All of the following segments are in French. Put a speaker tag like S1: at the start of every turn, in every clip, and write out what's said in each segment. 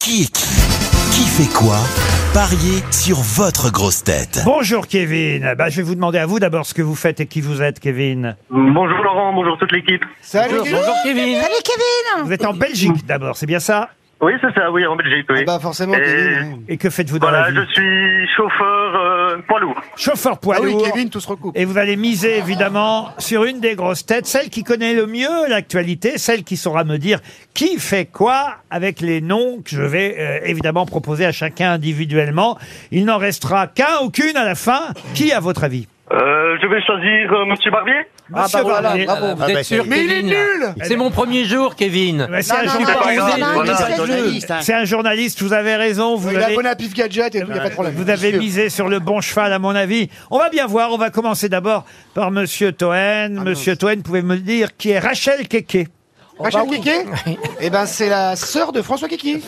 S1: Qui est qui Qui fait quoi Pariez sur votre grosse tête.
S2: Bonjour Kevin. Bah, je vais vous demander à vous d'abord ce que vous faites et qui vous êtes, Kevin.
S3: Bonjour Laurent, bonjour toute l'équipe.
S4: Salut Bonjour Kevin
S5: Salut Kevin
S2: Vous êtes en Belgique d'abord, c'est bien ça
S3: Oui, c'est ça, oui, en Belgique, oui.
S4: Bah forcément
S3: Et-
S4: Kevin. ouais.
S2: Et que faites-vous Ah dans
S3: voilà,
S2: la vie
S3: je suis chauffeur euh, poids lourd.
S2: Chauffeur poids
S4: Ah oui
S2: lourd.
S4: Kevin, tout se recoupe.
S2: Et vous allez miser évidemment sur une des grosses têtes, celle qui connaît le mieux l'actualité, celle qui saura me dire qui fait quoi avec les noms que je vais euh, évidemment proposer à chacun individuellement. Il n'en restera qu'un ou qu'une à la fin. Qui, à votre avis
S3: Euh, je vais choisir euh, Monsieur Barbier.
S2: Monsieur Barbier.
S6: bravo, vous êtes sûr,
S4: Mais il est
S6: Kevin, là.
S4: nul
S6: C'est mon premier jour, Kevin.
S2: Ouais, C'est
S5: Non,
S2: un,
S5: non,
S2: journal-
S5: non,
S3: pas
S5: non,
S3: osé,
S5: non,
S3: voilà,
S5: mais c'est le-
S2: c'est un journaliste, vous avez raison. Vous
S4: Il
S2: avez-
S4: a bon à Pif Gadget et tout, il n'y a pas de problème.
S2: Vous avez misé sur le bon cheval, à mon avis. On va bien voir. On va commencer d'abord par Monsieur Toen. Monsieur Toen, pouvez me dire qui est Rachel Keke
S4: Rachel Keke Eh ben c'est la sœur de François Keke.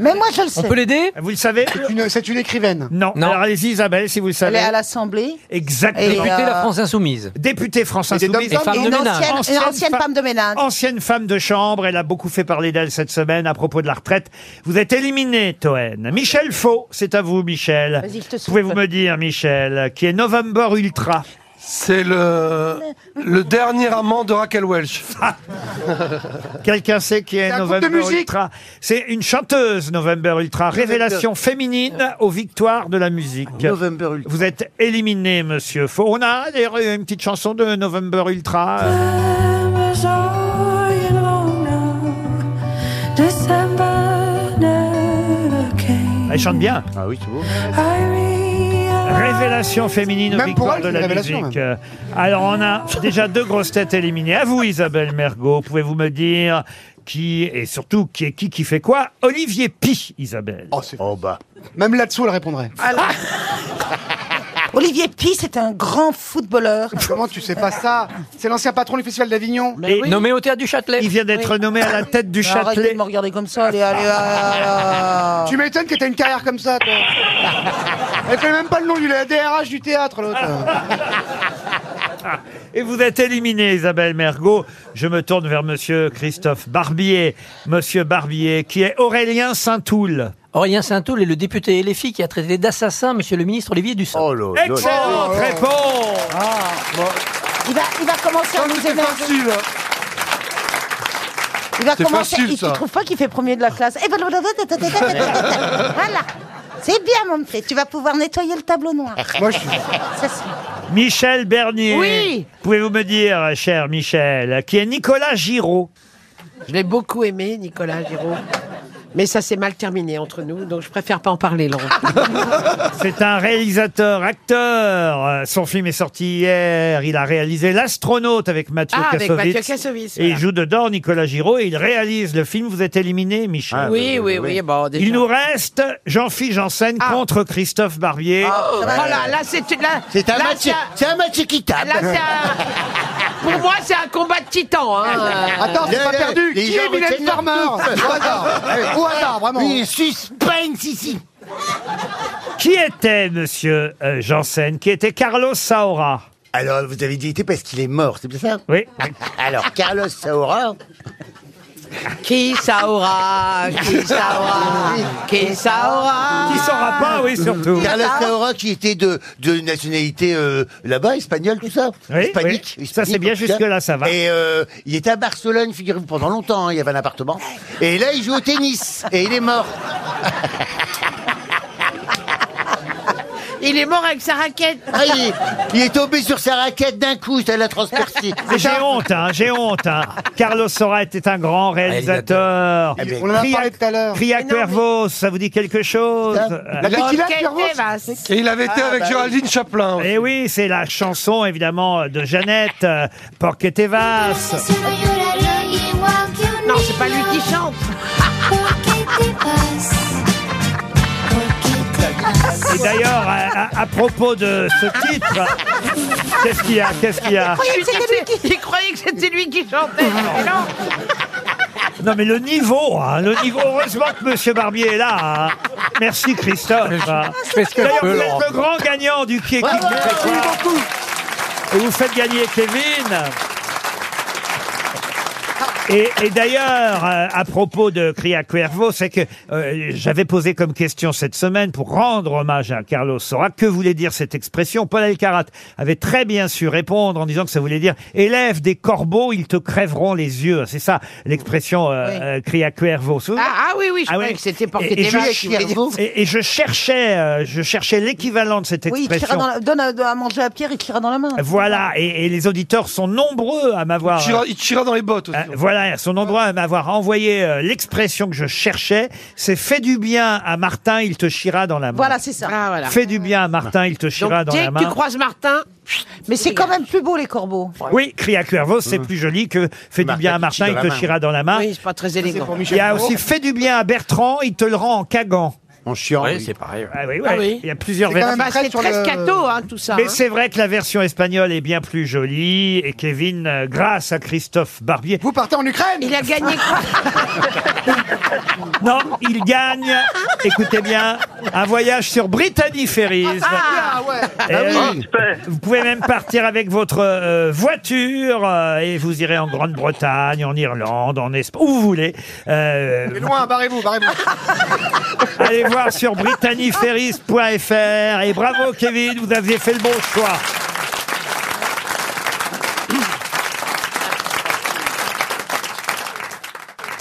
S5: Mais moi je le sais.
S6: On peut l'aider
S2: Vous le savez
S4: Une- C'est une écrivaine.
S2: non.
S6: Non.
S2: Alors allez-y, Isabelle, si vous le
S5: Elle
S2: savez.
S5: est à l'Assemblée. Et,
S2: Exactement.
S6: Députée
S5: euh,
S6: de la France Insoumise.
S2: Députée France
S4: Et des
S2: Insoumise.
S6: Et femme
S5: Et
S6: de
S5: une
S6: ménage.
S5: ancienne, une ancienne
S2: fa-
S5: femme de ménage.
S2: Ancienne femme de chambre, elle a beaucoup fait parler d'elle cette semaine à propos de la retraite. Vous êtes éliminé, Toen. Michel Faux, c'est à vous, Michel.
S5: Vas-y, je te souffle.
S2: Pouvez-vous me dire, Michel, qui est November Ultra
S7: C'est le, le dernier amant de Raquel Welch.
S2: Quelqu'un sait qui est,
S4: C'est un groupe de
S2: November
S4: musique.
S2: Ultra C'est une chanteuse, November Ultra. Révélation féminine aux victoires de la musique.
S4: Ah, November Ultra.
S2: Vous êtes éliminé, monsieur Faux. On a d'ailleurs une petite chanson de November Ultra. euh, Elle chante bien.
S4: Ah
S2: Révélation féminine aux
S4: Même pour
S2: victoires
S4: elle,
S2: de
S4: c'est
S2: la
S4: une révélation,
S2: musique. Euh, Alors, on a déjà deux grosses têtes éliminées. À vous, Isabelle Mergot, pouvez-vous me dire qui, et surtout, qui est qui, qui fait quoi Olivier Pi, Isabelle.
S4: Oh, c'est... Même là-dessous, elle répondrait.
S5: Olivier Pi, c'est un grand footballeur.
S4: Comment tu sais pas ça C'est l'ancien patron du Festival d'Avignon.
S2: Et
S6: Nommé au théâtre du Châtelet.
S2: Il vient d'être nommé à la tête du
S5: Arrêtez
S2: Châtelet.
S5: de me regarder comme ça. Allez, allez, allez,
S4: Tu m'étonnes que t'aies une carrière comme ça, toi. Elle connaît même pas le nom du la DRH du théâtre, l'autre.
S2: Et vous êtes éliminé, Isabelle Mergot. Je me tourne vers monsieur Christophe Barbier. Monsieur Barbier, qui est Aurélien Saint-Toul.
S6: Aurélien Saint-Toul est le député LFI qui a traité d'assassin, monsieur le ministre Olivier Dussopt.
S2: Excellente réponse
S5: Il va, il va commencer à nous énerver.
S7: Facile.
S5: Il va
S7: C'est
S5: commencer.
S7: facile,
S5: il,
S7: ça.
S5: tu trouves pas qu'il fait premier de la classe Eh ben, Voilà. C'est bien, mon petit. Tu vas pouvoir nettoyer le tableau noir.
S4: Moi, je suis...
S5: Ça, c'est-
S2: Michel Bernier.
S8: Oui.
S2: Pouvez-vous me dire, cher Michel, qui est Nicolas Giraud
S8: Je l'ai beaucoup aimé, Nicolas Giraud. Mais ça s'est mal terminé entre nous, donc je préfère pas en parler, Laurent.
S2: C'est un réalisateur, acteur. Euh, Son film est sorti hier. Il a réalisé L'astronaute avec Mathieu
S8: Ah, avec
S2: Kassovitz.
S8: Mathieu Kassovitz.
S2: Et il
S8: voilà.
S2: joue dedans Nicolas Giraud et il réalise le film. Vous êtes éliminé, Michel.
S8: Oui, oui, oui, bon, déjà.
S2: Il nous reste Jean-Philippe Janssen
S8: Ah.
S2: contre Christophe Barbier.
S8: Oh là, là, c'est là, là, c'est un-
S9: c'est un match équitable.
S8: là, c'est un- Pour moi, c'est un combat de titans. Hein.
S4: Attends,
S9: Les-
S4: c'est pas
S9: les-
S4: perdu.
S9: Eh, les
S4: Qui
S9: gens
S4: est Mylène
S9: retiennent leur
S4: Farmer Au hasard. Allez, Au hasard, vraiment.
S9: Oui, suspense ici.
S2: Qui était Monsieur euh, Janssen Qui était Carlos Saura
S9: Alors, vous avez dit parce qu'il est mort, c'est bien ça
S2: Oui.
S9: Alors, Carlos Saura,
S8: Qui ça aura Qui ça aura Qui ça aura
S2: Qui saura pas, oui, surtout.
S9: Carlos Saura qui était de, de nationalité euh, là-bas, espagnole, tout ça.
S2: Oui,
S9: hispanique,
S2: oui. Ça,
S9: hispanique,
S2: c'est bien,
S9: en tout cas.
S2: jusque-là, ça va.
S9: Et euh, il était à Barcelone, figurez-vous, pendant longtemps, hein, il y avait un appartement. Et là, il joue au tennis, et il est mort.
S8: Il est mort avec sa raquette.
S9: Ah, il, est, il est tombé sur sa raquette d'un coup, ça l'a transpercé.
S2: J'ai honte, hein, j'ai honte. Hein. Carlos Sora était un grand réalisateur.
S9: Ah, Eh bien,
S4: On en a parlé tout à l'heure.
S2: Cria Cuervos, ça vous dit quelque chose Euh,
S4: La tequila,
S8: Quel
S4: Pierrot,
S8: Tebas.
S7: Et il avait été avec Géraldine Chaplin.
S2: Eh oui, c'est la chanson évidemment de Jeannette, euh, Porquetevas.
S8: Non, c'est pas lui qui chante.
S2: Et d'ailleurs, à, à- à propos de ce titre, qu'est-ce qu'il y a Qu'est-ce qu'il y a
S8: Il croyait que c'était- Il croyait que c'était lui qui chantait. Mais non.
S2: Non, mais le niveau, hein, le niveau. Heureusement que Monsieur Barbier est là. hein. Merci Christophe. hein.
S6: Je fais ce que je
S2: D'ailleurs, vous
S6: peux, Laurent.
S2: êtes le grand gagnant du qui est qui qui fait quoi. Et vous faites gagner Kevin. Et, et d'ailleurs, euh, à propos de Cria Cuervo, c'est que euh, j'avais posé comme question cette semaine pour rendre hommage à Carlos Sora, que voulait dire cette expression Paul Elkarat avait très bien su répondre en disant que ça voulait dire « élève des corbeaux, ils te crèveront les yeux ». C'est ça l'expression euh, euh, Cria Cuervo. Souvenez-
S8: Ah, ah oui, oui, je
S2: Ah
S8: croyais
S2: ouais.
S8: que c'était porter
S2: Et- et
S8: des
S2: je-
S8: vaches qui voulait dire-
S2: Et, et je cherchais, euh, je cherchais l'équivalent de cette
S5: Oui, il
S2: expression.
S5: tira dans la... donne à, à manger à Pierre, il tira dans la main.
S2: Voilà, et, et les auditeurs sont nombreux à m'avoir...
S7: Il tira- Il tira dans les bottes aussi.
S2: Euh, voilà, son endroit à m'avoir envoyé euh, l'expression que je cherchais, c'est fait du bien à Martin, il te chira dans la main.
S5: Voilà, c'est ça.
S8: Ah, voilà.
S2: Fait du bien à Martin, il te
S8: Donc,
S2: chira dans
S8: dès
S2: la
S8: que tu
S2: main.
S8: croises Martin,
S5: Mais c'est quand même plus beau, les corbeaux.
S2: Oui, cria Cuervo, c'est plus joli que fait du
S9: Hum. Martin
S2: bien à
S9: qui
S2: Martin,
S9: chie
S2: il
S9: dans
S2: te
S9: la main.
S2: chira dans la main.
S8: oui, c'est pas très élégant.
S2: Il y a aussi fait du bien à Bertrand, il te le rend en cagant.
S9: En chiant.
S6: Oui,
S9: oui.
S6: c'est pareil.
S2: Ah oui,
S8: Ah
S2: ouais,
S8: oui.
S2: Il y a plusieurs
S4: C'est quand
S2: versions.
S4: même
S8: Bah,
S4: Après,
S8: c'est
S4: sur
S8: très
S4: le-
S8: scato, hein, tout ça.
S4: Ah
S2: Mais
S8: hein.
S2: c'est vrai que la version espagnole est bien plus jolie et Kevin, euh, grâce à Christophe Barbier,
S4: Vous partez en Ukraine
S8: Il a gagné quoi
S2: non, il gagne, écoutez bien, un voyage sur Brittany Ferries.
S4: Ah ouais
S2: Et oui.
S3: Super.
S2: Vous pouvez même partir avec votre euh, voiture euh, et vous irez en Grande-Bretagne, en Irlande, en Espagne, où vous voulez. Euh,
S4: Mais loin, barrez-vous, barrez-vous.
S2: allez voir sur britanniferries.fr et bravo Kevin, vous aviez fait le bon choix.